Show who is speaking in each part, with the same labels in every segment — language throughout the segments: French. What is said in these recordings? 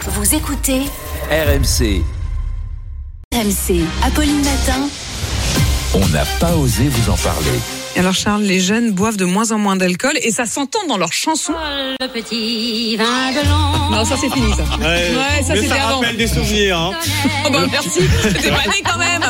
Speaker 1: Vous écoutez
Speaker 2: RMC,
Speaker 1: RMC. Apolline Matin.
Speaker 2: on n'a pas osé vous en parler.
Speaker 3: Alors Charles, les jeunes boivent de moins en moins d'alcool et ça s'entend dans leurs chansons.
Speaker 4: Le petit vin de l'an.
Speaker 3: Non, ça c'est fini ça.
Speaker 5: Ouais,
Speaker 3: Ouais, ça,
Speaker 5: mais
Speaker 3: c'était
Speaker 5: ça
Speaker 3: avant.
Speaker 5: rappelle des souvenirs. Hein.
Speaker 3: Oh bah merci, t'es pas né quand même.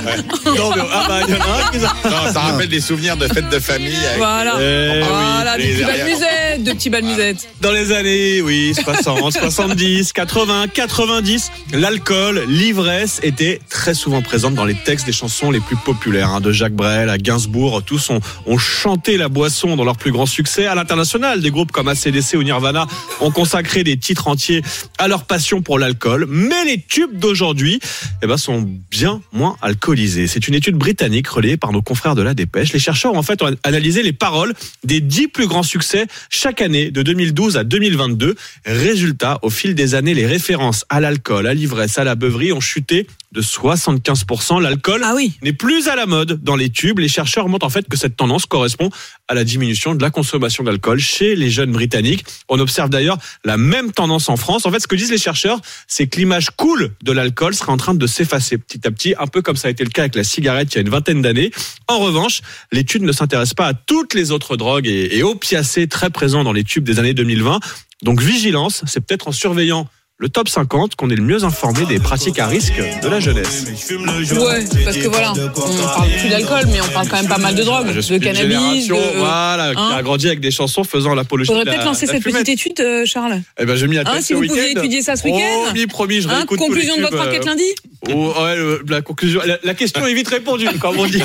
Speaker 5: Non, mais ah bah, il y en a un qui ça.
Speaker 6: Non, ça rappelle des souvenirs de fêtes de famille. avec-
Speaker 3: Voilà.
Speaker 5: Eh
Speaker 3: voilà,
Speaker 6: oui,
Speaker 3: des petits
Speaker 6: les
Speaker 3: bal
Speaker 6: arrières.
Speaker 3: musettes, de petits bal musettes.
Speaker 5: Dans les années, oui, 60, 70, 80, 90, l'alcool, l'ivresse étaient très souvent présentes dans les textes des chansons les plus populaires, hein, de Jacques Brel à Gainsbourg. Tous ont, ont chanté la boisson dans leur plus grand succès. À l'international, des groupes comme ACDC ou Nirvana ont consacré des titres entiers à leur passion pour l'alcool. Mais les tubes d'aujourd'hui eh ben, sont bien moins alcoolisés. C'est une étude britannique relayée par nos confrères de la Dépêche. Les chercheurs, en fait, ont analysé les paroles des 10 plus grands succès chaque année de 2012 à 2022. Résultat, au fil des années, les références à l'alcool, à l'ivresse, à la beuverie ont chuté de 75%. L'alcool
Speaker 3: Ah oui.
Speaker 5: n'est plus à la mode dans les tubes. Les chercheurs montrent en fait que cette tendance correspond à la diminution de la consommation d'alcool chez les jeunes britanniques. On observe d'ailleurs la même tendance en France. En fait, ce que disent les chercheurs, c'est que l'image cool de l'alcool serait en train de s'effacer petit à petit, un peu comme ça a été le cas avec la cigarette il y a une vingtaine d'années. En revanche, l'étude ne s'intéresse pas à toutes les autres drogues et, et opiacés très présents dans les tubes des années 2020. Donc vigilance, c'est peut-être en surveillant le top 50 qu'on est le mieux informé des pratiques à risque de la jeunesse.
Speaker 3: Ouais, parce que voilà, on parle plus d'alcool, mais on parle quand même pas mal de drogue,
Speaker 5: Je
Speaker 3: de
Speaker 5: suis d'une
Speaker 3: cannabis.
Speaker 5: génération,
Speaker 3: De...
Speaker 5: voilà, qui
Speaker 3: hein.
Speaker 5: a grandi avec des chansons faisant l'apologie
Speaker 3: Faudrait
Speaker 5: de la-
Speaker 3: peut-être lancer
Speaker 5: la
Speaker 3: cette
Speaker 5: fumette.
Speaker 3: petite étude, euh, Charles.
Speaker 5: Eh ben, je m'y attends
Speaker 3: Hein, si vous pouviez étudier ça ce week-end.
Speaker 5: Promis, promis, je
Speaker 3: Hein,
Speaker 5: réécoute euh, tous les
Speaker 3: conclusion de votre
Speaker 5: tubes,
Speaker 3: enquête
Speaker 5: euh,
Speaker 3: lundi
Speaker 5: oh, ouais, le- la conclusion, la, la question est vite répondue, comme on dit.